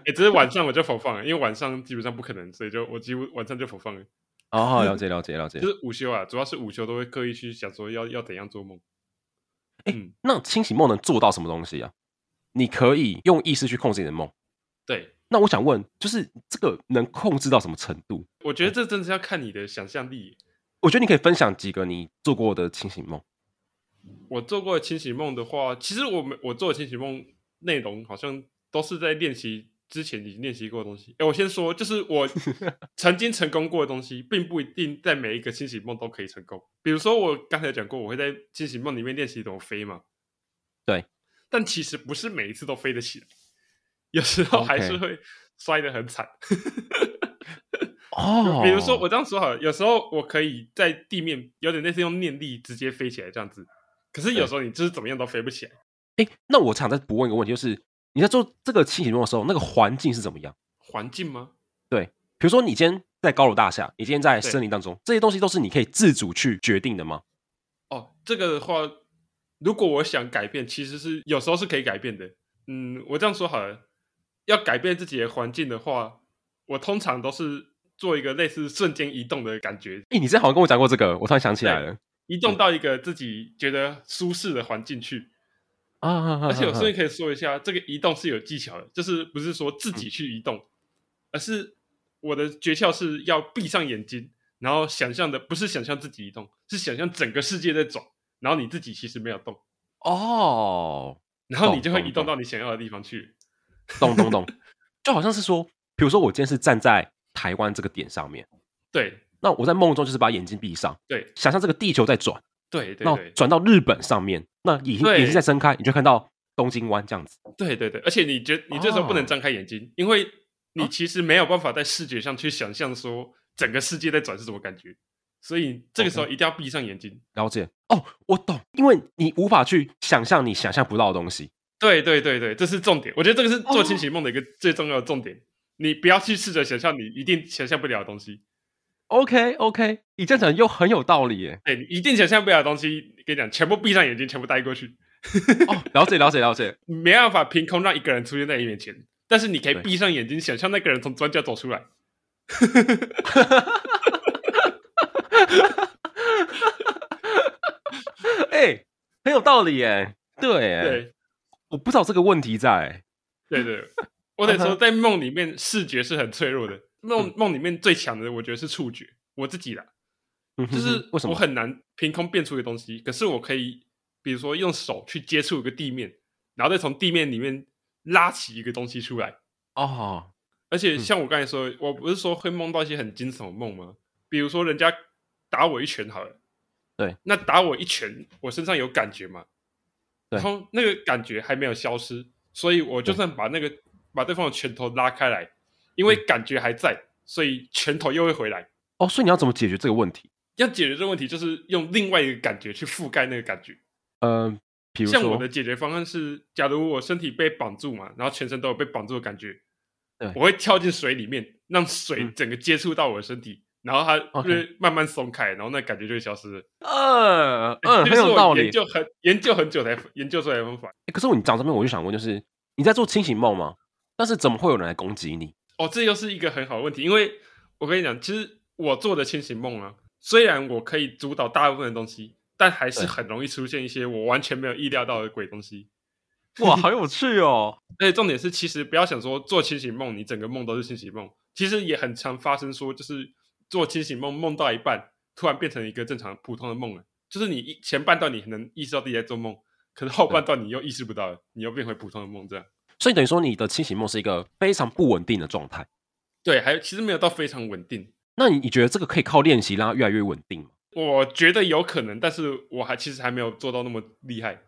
也只是晚上我就否放了，因为晚上基本上不可能，所以就我几乎晚上就否放了。
哦，了解了解了解
就。是午休啊，主要是午休都会刻意去想说要要怎样做梦。嗯，
那清醒梦能做到什么东西啊？你可以用意识去控制你的梦。
对，
那我想问，就是这个能控制到什么程度？
我觉得这真的是要看你的想象力。
我觉得你可以分享几个你做过的清醒梦。
我做过的清醒梦的话，其实我们我做的清醒梦内容好像都是在练习之前已经练习过的东西。哎，我先说，就是 我曾经成功过的东西，并不一定在每一个清醒梦都可以成功。比如说我刚才讲过，我会在清醒梦里面练习怎么飞嘛。
对，
但其实不是每一次都飞得起来，有时候还是
OK
会摔得很惨。
哦
比如说，我这样说好了，有时候我可以在地面有点类似用念力直接飞起来这样子，可是有时候你就是怎么样都飞不起来。
哎、那我想再补问一个问题，就是你在做这个清醒梦的时候，那个环境是怎么样？
环境吗？
比如说，你今天在高楼大厦，你今天在森林当中，这些东西都是你可以自主去决定的吗？
哦，这个的话，如果我想改变，其实是有时候是可以改变的。嗯，我这样说好了，要改变自己的环境的话，我通常都是做一个类似瞬间移动的感觉，
哎、你之前好像跟我讲过这个，我突然想起来了
移动到一个自己觉得舒适的环境去。
啊啊！啊
而 且我
啊
顺便可以说一下，这个移动是有技巧的，就是不是说自己去移动，而是我的诀窍是要闭上眼睛，然后想象的不是想象自己移动，是想象整个世界在转，然后你自己其实没有动，
哦，
然后你
懂
就会
懂
移动
懂
到你想要的地方去。
懂懂懂，就好像是说，比如说我今天是站在台湾这个点上面，
对
那我在梦中就是把眼睛闭上，
对
想象这个地球在转，
对对
那
对
转到日本上面，那眼睛
对
眼睛再睁开，你就看到东京湾这样子。
对对对，而且你觉你这时候不能
哦
张开眼睛，因为你
啊
其实没有办法在视觉上去想象说整个世界在转是什么感觉，所以这个时候一定要闭上眼睛。
了解哦，我懂，因为你无法去想象你想象不到的东西。
对对对对，这是重点。我觉得这个是做
哦
清醒梦的一个最重要的重点。你不要去试着想象你一定想象不了的东西，
OK OK，你这样讲又很有道理耶。
对你一定想象不了的东西，跟你讲，全部闭上眼睛，全部带过去，
哦，了解了解了解，
没办法凭空让一个人出现在你面前。但是你可以
对
闭上眼睛，想象那个人从转角走出来，
哎、很有道理耶。对耶，
对
我不知道这个问题在。
对对，我得说，在梦里面视觉是很脆弱的，梦梦里面最强的，我觉得是触觉。我自己啦，就
就是嗯为什
我
么？
很难凭空变出一个东西，可是我可以，比如说用手去接触一个地面，然后再从地面里面拉起一个东西出来。
哦，
而且
嗯
像我刚才说，我不是说会梦到一些很惊悚的梦吗？比如说人家打我一拳好了，
对，
那打我一拳，我身上有感觉嘛？
对
然后那个感觉还没有消失，所以我就算把那个把对方的拳头拉开来，因
嗯
为感觉还在，所以拳头又会回来。
哦，所以你要怎么解决这个问题？
要解决这个问题，就是用另外一个感觉去覆盖那个感觉。
嗯、比如
像我
说
的，解决方案是，假如我身体被绑住嘛，然后全身都有被绑住的感觉
对，
我会跳进水里面，让水
嗯
整个接触到我的身体，然后它
OK
就会慢慢松开，然后那感觉就会消失了。
嗯嗯、 很
这就是
有道
我
理
研。究很研究很久才研究出来的方法。
欸可是我你讲这边，我就想问，就是你在做清醒梦吗？但是怎么会有人来攻击你？
哦，这又是一个很好的问题，因为我跟你讲，其实我做的清醒梦啊，虽然我可以主导大部分的东西，但还是
对
很容易出现一些我完全没有意料到的鬼东西。
哇，好有趣哦！
而且重点是，其实不要想说做清醒梦，你整个梦都是清醒梦，其实也很常发生说，就是做清醒梦梦到一半，突然变成一个正常普通的梦了。就是你一前半段你能意识到自己在做梦，可是后半段你又意识不到了，你又变回普通的梦这样。
所以等于说，你的清醒梦是一个非常不稳定的状态。
对，还有其实没有到非常稳定，
那你你觉得这个可以靠练习让它越来越稳定吗？
我觉得有可能，但是我还其实还没有做到那么厉害，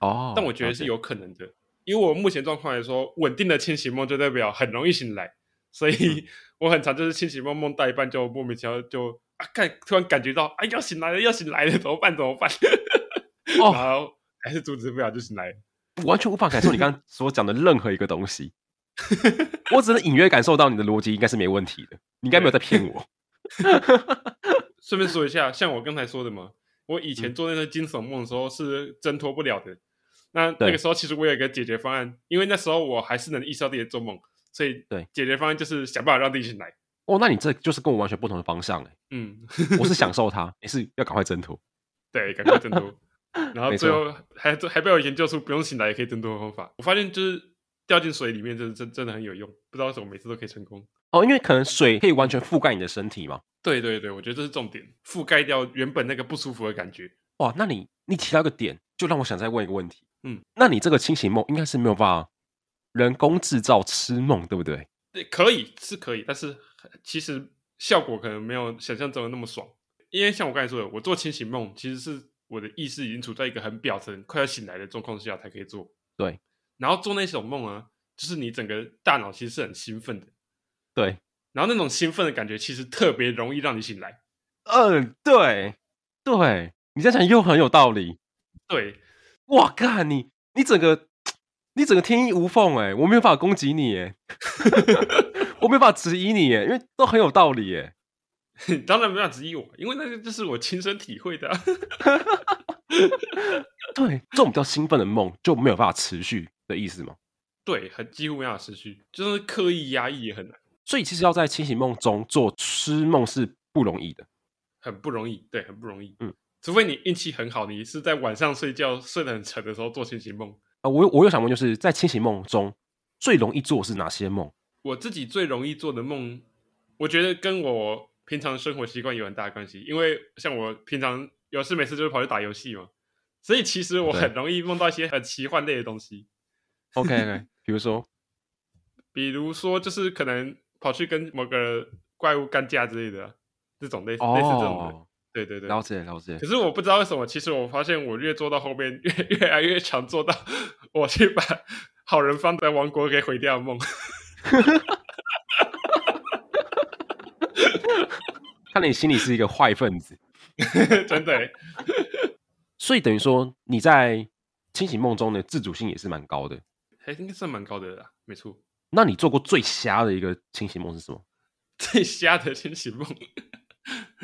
哦，
但我觉得是
了解
有可能的。因为我目前状况来说，稳定的清醒梦就代表很容易醒来，所
嗯
以 我很常就是清醒梦梦到一半就莫名其妙就啊，看突然感觉到啊要醒来了要醒来了， 怎么办怎么办？
哦
然后还是阻止不了就醒来了。
我完全无法感受你刚刚所讲的任何一个东 西，我只能隐约感受到你的逻辑应该是没问题的，你应该没有在骗我。
顺便说一下，像我刚才说的嘛，我
嗯
以前做那个惊悚梦的时候是挣脱不了的。那那
对
个时候其实我有一个解决方案，因为那时候我还是能意识到自己在做梦，所以
对
解决方案就是想办法让自己醒来。
哦，那你这就是跟我完全不同的方向哎，
嗯，
我是享受它，你是要赶快挣脱。
对，赶快挣脱。然后
没
最后还还被我研究出不用醒来也可以挣脱的方法。我发现就是掉进水里面，真的真真的很有用，不知道为什么每次都可以成功。
哦，因为可能水可以完全覆盖你的身体嘛。
对对对，我觉得这是重点，覆盖掉原本那个不舒服的感觉。
哇，哦那你你提到一个点，就让我想再问一个问题。
嗯，
那你这个清醒梦应该是没有办法人工制造痴梦，对不对？
对，可以是可以，但是其实效果可能没有想象中的那么爽。因为像我刚才说的，我做清醒梦其实是我的意识已经处在一个很表层、快要醒来的状况下才可以做。
对，
然后做那种梦啊，就是你整个大脑其实是很兴奋的，
对，
然后那种兴奋的感觉其实特别容易让你醒来。
嗯，对，对，你这样讲又很有道理。
对，
哇，干你你整个你整个天衣无缝哎，我没有办法攻击你哎， 我没有办法质疑你哎，因为都很有道理哎。
当然没有质疑我，因为那个就是我亲身体会的啊、
对，这种比较兴奋的梦就没有办法持续的意思吗？
对，很几乎没法持续，就是刻意压抑也很难，
所以其实要在清醒梦中做痴梦是不容易的。
很不容易，对，很不容易。
嗯，
除非你运气很好，你是在晚上睡觉睡得很沉的时候做清醒梦。
啊，我有我又想问，就是在清醒梦中最容易做的是哪些梦？
我自己最容易做的梦，我觉得跟我平常生活习惯有很大的关系，因为像我平常有事没事就会跑去打游戏嘛，所以其实我
对
很容易梦到一些很奇幻类的东西。
OK OK，比如说，
比如说就是可能跑去跟某个怪物干架之类的啊，这种类似、类似这种的，
哦，
对对对。
了解了解
可，是我不知道为什么，其实我发现我越做到后面，越越来越常做到我去把好人方的王国给毁掉的梦。
看来你心里是一个坏分子，
真的欸，
所以等于说你在清醒梦中的自主性也是蛮高的。
还应该算蛮高的啦，没错。
那你做过最瞎的一个清醒梦是什么？
最瞎的清醒梦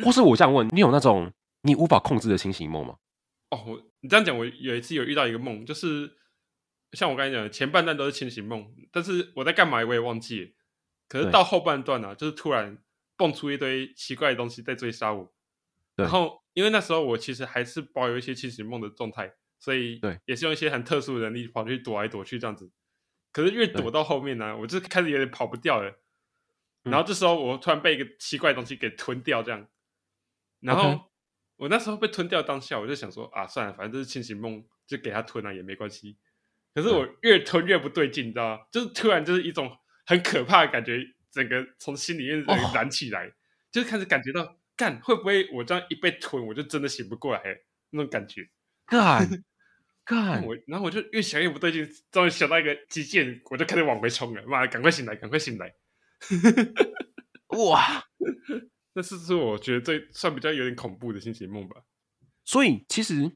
或是我这样问，你有那种你无法控制的清醒梦吗？
哦，我你这样讲，我有一次有遇到一个梦，就是像我刚才讲的，前半段都是清醒梦，但是我在干嘛我也忘记了。可是
对
到后半段呢、啊，就是突然蹦出一堆奇怪的东西在追杀我。
对
然后因为那时候我其实还是保有一些清醒梦的状态，所以
对，
也是用一些很特殊的能力跑去躲来躲去这样子。可是越躲
对
到后面呢、我就开始有点跑不掉了。然
嗯
后这时候我突然被一个奇怪的东西给吞掉，这样。然后
OK
我那时候被吞掉当下，我就想说啊，算了，反正这是清醒梦，就给他吞了、也没关系。可是我越吞越不对劲，你知道吗？就是突然就是一种很可怕的感觉，整个从心里面整个
哦
燃起来，就是开始感觉到，干会不会我这样一被吞，我就真的醒不过来了那种感觉。
干干，
我然后我就越想越不对劲，终于想到一个极限，我就开始往回冲了。妈的，赶快醒来，赶快醒来！
哇！
那是是我觉得最算比较有点恐怖的清醒梦吧。
所以其实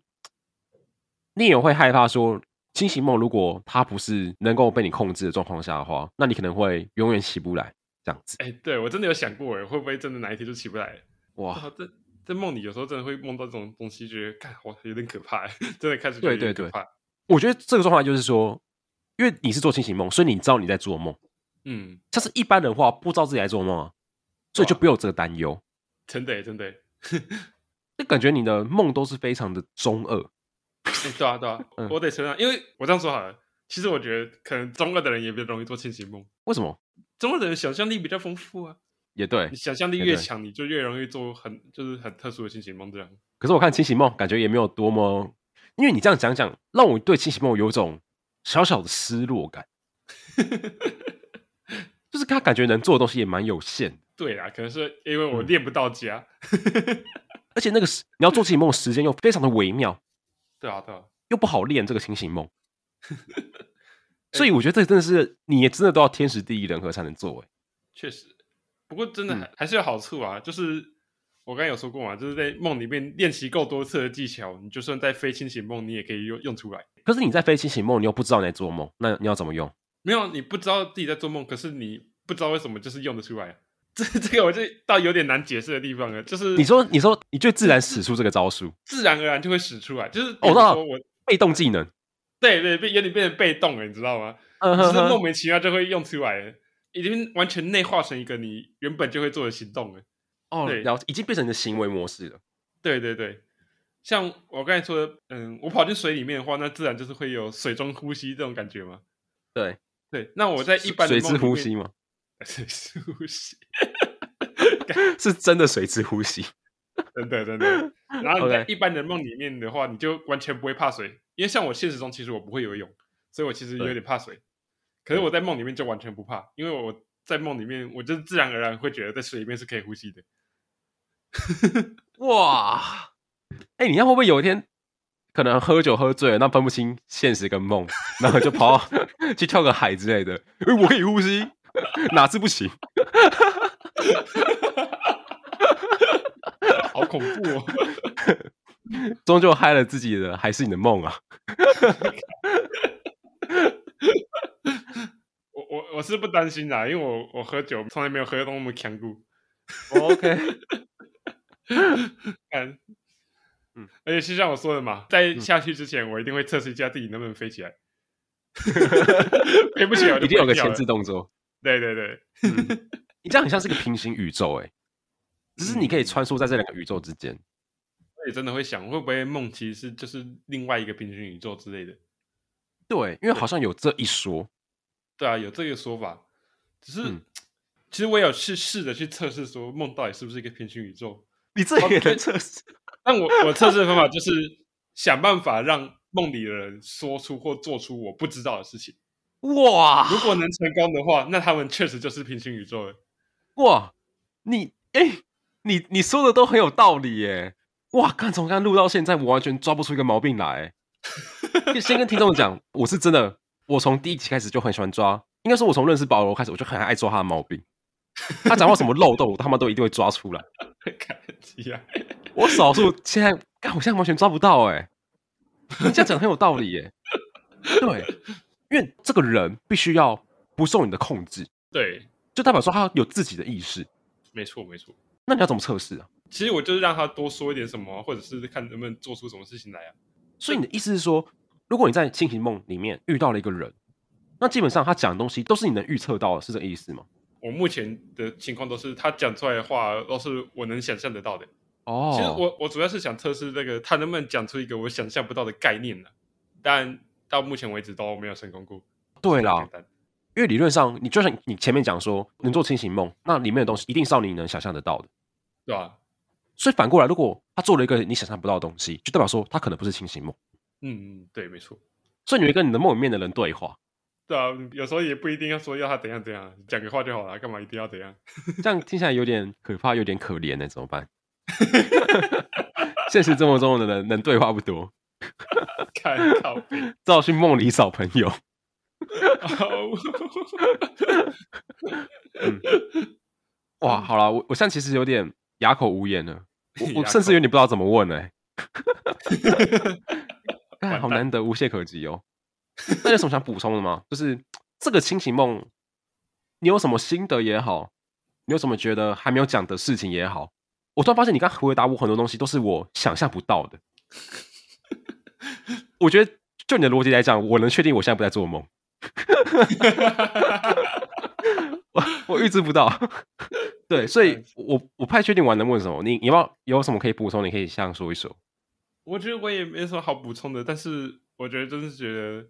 你也会害怕说，清醒梦如果它不是能够被你控制的状况下的话，那你可能会永远起不来这样子。
哎，对我真的有想过，哎，会不会真的哪一天就起不来了？
哇，
哇，在在梦里有时候真的会梦到这种东西，觉得看我有点可怕， 真的开始觉得
对
有点
对
可怕。
我觉得这个状态就是说，因为你是做清醒梦，所以你知道你在做梦。
嗯，
像是一般人的话，不知道自己在做梦啊，所以就不会有这个担忧。
真的耶真的耶，
就感觉你的梦都是非常的中二。
哎对啊对啊，
嗯
我得承认，因为我这样说好了，其实我觉得可能中二的人也比较容易做清醒梦，
为什么？
中二的人想象力比较丰富啊，
也对
你，想象力
哎
越
对
强，你就越容易做很就是很特殊的清醒梦这样。
可是我看清醒梦，感觉也没有多么，因为你这样讲讲，让我对清醒梦有一种小小的失落 感，就是他感觉能做的东西也蛮有限，
对啊，可能是因为我练不到家。
而且那个时你要做清醒梦的时间又非常的微妙，
对啊对啊，
又不好练这个清醒 梦，所以我觉得这真的是你也真的都要天时地利人和才能做、欸，
确实，不过真的
嗯
还还是有好处啊，就是我刚才有说过嘛，就是在梦里面练习够多次的技巧，你就算在非清醒梦，你也可以用用出来。
可是你在非清醒梦，你又不知道你在做梦，那你要怎么用？
没有，你不知道自己在做梦，可是你不知道为什么就是用得出来。这这个我就到有点难解释的地方了，就是
你说，你说，你就自然使出这个招数，
自然而然就会使出来，就是比
哦
如
我知道
说我
被动技能，
对对被有点变成被动了，你知道吗？
嗯
就是
哼哼
莫名其妙就会用出来了，已经完全内化成一个你原本就会做的行动了。
哦，
对
了解，已经变成你的行为模式了。
对对对，像我刚才说的，嗯，我跑进水里面的话，那自然就是会有水中呼吸这种感觉嘛。
对，
对，那我在一般的
水之
梦里
呼
面，
吸吗？
水之呼吸，
是真的水之呼 吸。
真的真的。然后你在
OK
一般的梦里面的话，你就完全不会怕水，因为像我现实中其实我不会游泳，所以我其实有
对
点怕水。可是我在梦里面就完全不怕，因为我在梦里面，我就是自然而然会觉得在水里面是可以呼吸的。
哇，哎、你要会不会有一天可能喝酒喝醉了，那分不清现实跟梦，然后就跑 到去跳个海之类的？哎、我可以呼吸， 哪次不行？
好恐怖哦！
终究害了自己的还是你的梦啊！
我我我是不担心啦，因为我我喝酒从来没有喝到那么强固。哦
OK，
看，
嗯，
而且是像我说的嘛，在下去之前，我一定会测试一下自己能不能 飞起来。飞不起来，我就
一定有
不会
个
跳
前
了
置。动 作。嗯
对对对，
你这样很像是个平行宇宙、哎，只是你
嗯
可以穿梭在这两个宇宙之间。
我也真的会想，会不会梦其实是就是另外一个平行宇宙之类的？
对，因为好像有这一说。
对啊，有这个说法。只是，
嗯
其实我有去试着去测试，说梦到底是不是一个平行宇宙。
你
哦
这也能测试？
但我我测试的方法就是想办法让梦里的人说出或做出我不知道的事情。
哇
如果能成功的话，那他们确实就是平行宇宙了。
哇，你哎、你你说的都很有道理耶！哇，看从刚刚录到现在，我完全抓不出一个毛病来。先跟听众讲，我是真的，我从第一集开始就很喜欢抓，应该说我从认识保罗开始，我就很爱抓他的毛病。他讲话什么漏洞，我他妈都一定会抓出来。
感激啊！
我少数现在，干，我现在完全抓不到哎、你这样讲很有道理耶、对，因为这个人必须要不受你的控制，
对，
就代表说他有自己的意识。
没错没错。
那你要怎么测试啊？
其实我就是让他多说一点什么，啊或者是看能不能做出什么事情来啊。
所以你的意思是说，如果你在清醒梦里面遇到了一个人，那基本上他讲的东西都是你能预测到的，是这个意思吗？
我目前的情况都是他讲出来的话都是我能想象得到的。
哦，
其实我我主要是想测试这个他能不能讲出一个我想象不到的概念呢、但到目前为止都没有成功过。
对
非常
啦
简，单，
因为理论上你就像你前面讲说能做清醒梦，那里面的东西一定是让你能想象得到的。
对啊吧？
所以反过来，如果他做了一个你想象不到的东西，就代表说他可能不是清醒梦。
嗯，嗯，对，没错。
所以你会跟你的梦里面的人对话，
对啊，有时候也不一定要说要他怎样怎样，讲个话就好了，干嘛一定要怎样？
这样听起来有点可怕，有点可怜呢、怎么办？ 现实生活中的人能对话不多，
看靠背，
只好去梦里找朋友。哇，
嗯
好了，我我现在其实有点哑口无言 了， 我我甚至有点不知道怎么问了、欸。哎，
完
好
蛋
难得，无懈可击哦。那有什么想补充的吗？就是这个清醒梦，你有什么心得也好，你有什么觉得还没有讲的事情也好，我突然发现你刚回答我很多东西都是我想象不到 的。我觉得就你的逻辑来讲，我能确定我现在不在做梦，我 我预知不到。对，所以我我不太确定我能问什么。你你要不要有什么可以补充？你可以像说一说。
我觉得我也没什么好补充的，但是我觉得真是觉得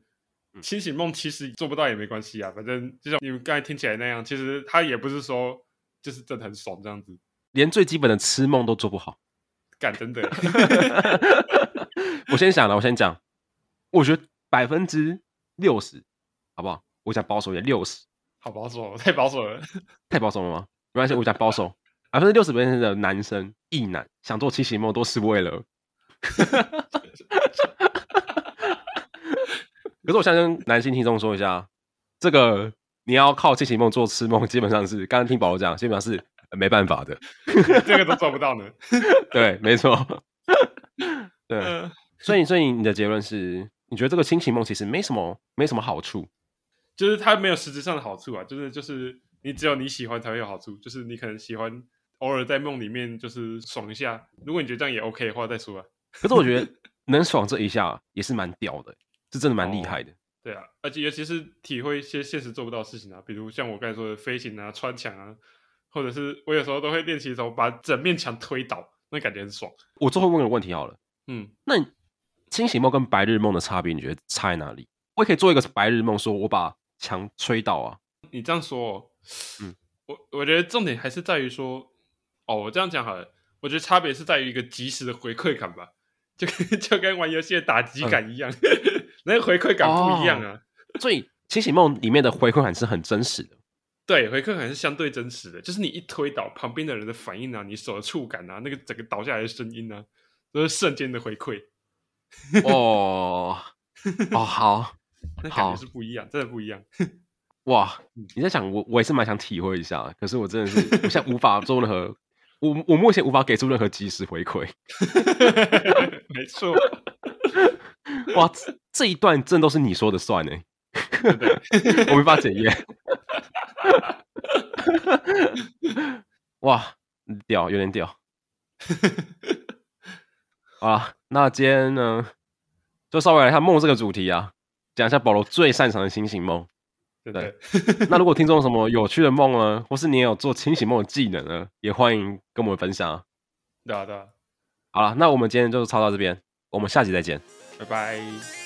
清醒梦其实做不到也没关系啊，反正就像你们刚才听起来那样，其实他也不是说就是真的很爽这样子，
连最基本的吃梦都做不好。
干真的
我先想了，我先讲，我觉得百分之六十，好不好？我讲保守一点，六十
好保守，哦太保守了。
太保守了吗？没关系，我讲保守，百分之六十的男生异男想做清醒梦都是为了。 可是我想跟男性听众说一下，这个你要靠清醒梦做痴梦，基本上是刚刚听保罗讲，基本上是、呃没办法的。
这个都做不到呢。
对，没错。 对，
嗯、
所以，所以你的结论是，你觉得这个清醒梦其实没什么，没什么好处。
就是它没有实质上的好处啊，就是就是你只有你喜欢才会有好处，就是你可能喜欢偶尔在梦里面就是爽一下，如果你觉得这样也 OK 的话再说啊。
可是我觉得能爽这一下也是蛮屌的，是真的蛮厉害的。
对啊，而且尤其是体会一些现实做不到的事情啊，比如像我刚才说的飞行啊、穿墙啊，或者是我有时候都会练习的时候把整面墙推倒，那感觉很爽。
我最后问个问题好了，
嗯，
那你清醒梦跟白日梦的差别，你觉得差在哪里？我也可以做一个白日梦，说我把墙吹倒啊，
你这样说、哦，
嗯，
我我觉得重点还是在于说，哦，我这样讲好了，我觉得差别是在于一个及时的回馈感吧，就跟 就跟玩游戏的打击感一样， 那个回馈感不一样啊。
所以清醒梦里面的回馈感是很真实的。
对，回馈感是相对真实的，就是你一推倒，旁边的人的反应啊，你手的触感啊，那个整个倒下来的声音啊，都是瞬间的回馈。
哦，哦，好
那感
好
觉是不一样，真的不一样。
哇！你在讲我，我也是蛮想体会一下，可是我真的是，我现在无法做任何，我我目前无法给出任何及时回馈。
没错，
哇，这这一段真都是你说的算呢，
对不对？
我没办法检验。哇，屌，有点屌。好啦，那今天呢，就稍微来看梦这个主题啊，讲一下保罗最擅长的清醒梦。
对对，
那如果听众有什么有趣的梦呢，或是你也有做清醒梦的技能呢，也欢迎跟我们分享啊。
对啊对啊，
好了，那我们今天就操到这边，我们下集再见。
拜拜。